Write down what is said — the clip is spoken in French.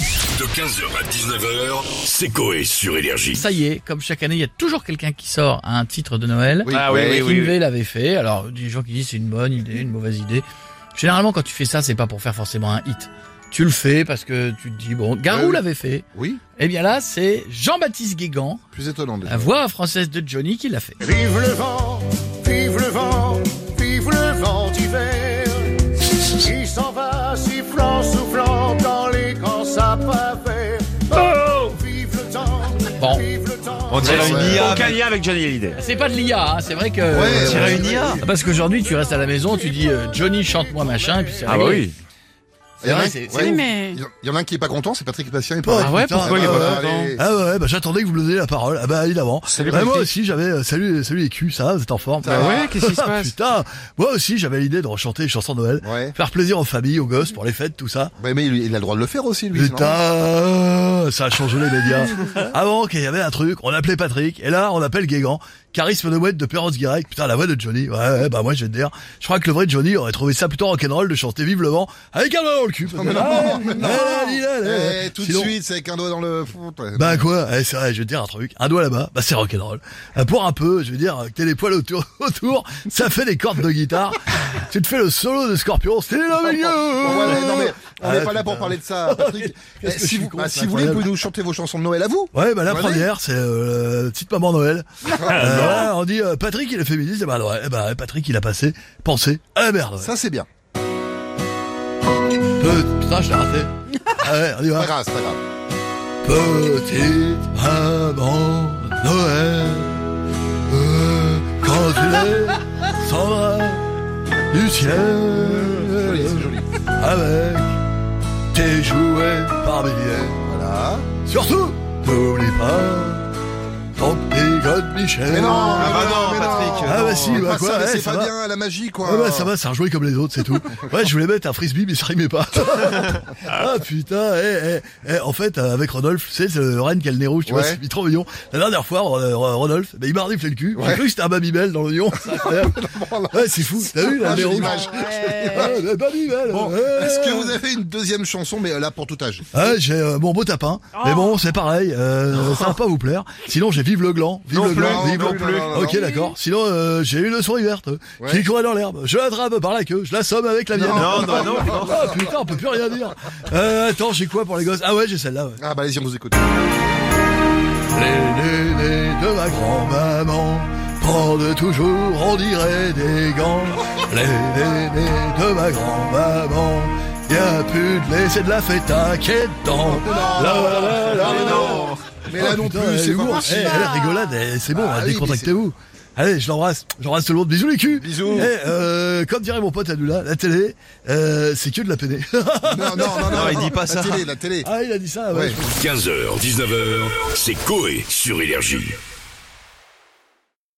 De 15h à 19h, c'est Coé sur Énergie. Ça y est, comme chaque année, il y a toujours quelqu'un qui sort un titre de Noël. Oui. Ah oui, oui, Kim oui, oui. Veil l'avait fait. Alors, des gens qui disent c'est une bonne idée, une mauvaise idée. Généralement, quand tu fais ça, c'est pas pour faire forcément un hit. Tu le fais parce que tu te dis, bon, Garou Ouais, oui. l'avait fait. Oui, Eh bien là, c'est Jean-Baptiste Guégan, plus étonnant déjà. Ah, la voix française de Johnny, qui l'a fait. Vive le vent, vive le vent, vive le vent d'hiver qui s'en va sifflant, soufflant dans les grands sapins verts. Oh, vive le temps, Bon. vive le temps. On dirait une IA. Aucun lien avec Johnny Hallyday. C'est pas de l'IA, hein, c'est vrai que... Ouais, On dirait une IA. Parce qu'aujourd'hui, tu restes à la maison, tu dis euh, Johnny chante-moi machin, et puis Ah c'est bah réglé. Il y en a vrai, un- c'est- c'est- ouais. Oui, mais. Il y en- il y en a un qui est pas content, c'est Patrick Patient. il parle. Ah ouais, Putain, pourquoi ah il est bah, pas allez. Ah ouais, bah j'attendais que vous me donniez la parole. Ah bah évidemment. Salut, Bah, moi Patrick. aussi j'avais euh, salut salut les culs, ça va, vous êtes en forme Ça Bah va. ouais, qu'est-ce qui se Ah, passe Putain, moi aussi j'avais l'idée de rechanter les chansons de Noël, Ouais. faire plaisir aux familles, aux gosses pour les fêtes, tout ça. Ouais, mais il, il a le droit de le faire aussi, lui. c'est normal. Putain, ça a changé les médias. Avant qu'il y avait un truc, on appelait Patrick et là on appelle Guégan. Charisme de mouette de Perrance Guirec, putain la voix de Johnny. Ouais, ouais, bah moi je vais te dire, je crois que le vrai Johnny aurait trouvé ça plutôt rock'n'roll de chanter vive le vent avec un doigt dans le cul. Non, Ah, Oh, mais non, non, Ouais, non. ouais, ouais, ouais, ouais. Eh, tout Sinon- de suite, c'est avec un doigt dans le fond. Ouais. Bah quoi eh, C'est vrai, je vais te dire un truc. Un doigt là-bas, bah c'est rock'n'roll. Euh, Pour un peu, je veux dire, euh, que t'aies les poils autour, autour ça fait des cordes de guitare. tu te fais le solo de Scorpion, c'est le Bon, ouais, ouais, non, mais milieu on Ah, n'est pas là pour putain. parler de ça, Patrick. Eh, Qu'est-ce si que je suis vous, con, bah, c'est si vous voulez, vous incroyable. pouvez nous chanter vos chansons de Noël à vous. Ouais, bah la Allez. première, c'est euh, Petite Maman Noël. Ah, Euh, on dit, euh, Patrick, il est féministe. Et bah, ouais, eh bah, Patrick, il a passé, pensé à la merde. Ça, c'est bien. Pe- Euh, Putain, je l'ai raté. Ah ouais, on dit, ouais. Pas grave, c'est pas grave. Petite maman Noël, euh, quand tu les s'en va du ciel C'est joli, c'est joli. avec tes jouets par milliers. Voilà. Surtout, n'oublie pas ton petit god Michel. Mais non, Ah mais bah non, non, mais Patrick, euh, bah si, Mais bah pas quoi, ça, mais ouais, c'est ça pas va. bien la magie, quoi. Ouais, bah, ça va, c'est un jouet comme les autres, c'est tout. Ouais, je voulais mettre un frisbee, mais ça rimait pas. ah putain, eh, eh, eh, en fait, euh, avec Rodolphe, tu sais, c'est le Rennes qui a le nez rouge, tu vois, Ouais. c'est trop mignon. La dernière fois, Ro- Ro- Rodolphe, bah, il m'a reniflé le cul. J'ai Ouais. cru que c'était un babybel dans l'oignon. C'est incroyable. ouais, c'est fou. T'as vu, la Ah, nez j'ai rouge l'image. Ah, le Babybel. Bon, ouais. est-ce que vous avez une deuxième chanson, mais euh, là, pour tout âge Ouais, j'ai euh, mon beau tapin. Oh. Mais bon, c'est pareil, euh, ça va pas vous plaire. Sinon, j'ai vive le gland, vive Non le plus, gland, vive non le plus. Ah, Ok, d'accord. Sinon, euh, j'ai une souris verte qui courait dans l'herbe. Je l'attrape par la queue, je l'assomme avec la mienne. Non, non, non. Ah putain, on peut plus rien dire. Euh, attends, j'ai quoi pour les gosses Ah ouais, j'ai celle-là. Ouais. Ah, bah, allez-y, on vous écoute. Les nénés de ma grand-maman pendent toujours, on dirait des gants. Les nénés de ma grand-maman, y a plus de lait, c'est de la fête à dedans. Oh, La, la, la, la, Mais la. non. Mais Ah, là non putain, plus, elle c'est est pas lourde. possible. Eh, elle est rigolade, eh, c'est bon, Ah hein, oui, mais décontractez-vous. Allez, je l'embrasse. J'embrasse tout le monde. Bisous les culs. Bisous. Eh, euh, comme dirait mon pote Anoula, la télé, euh, c'est que de la pédé. Non, non, non, non, il dit pas la ça. Télé, la télé. bah, ah, il a dit ça, ouais. Ouais. 15h, 19h, c'est Coé sur Énergie.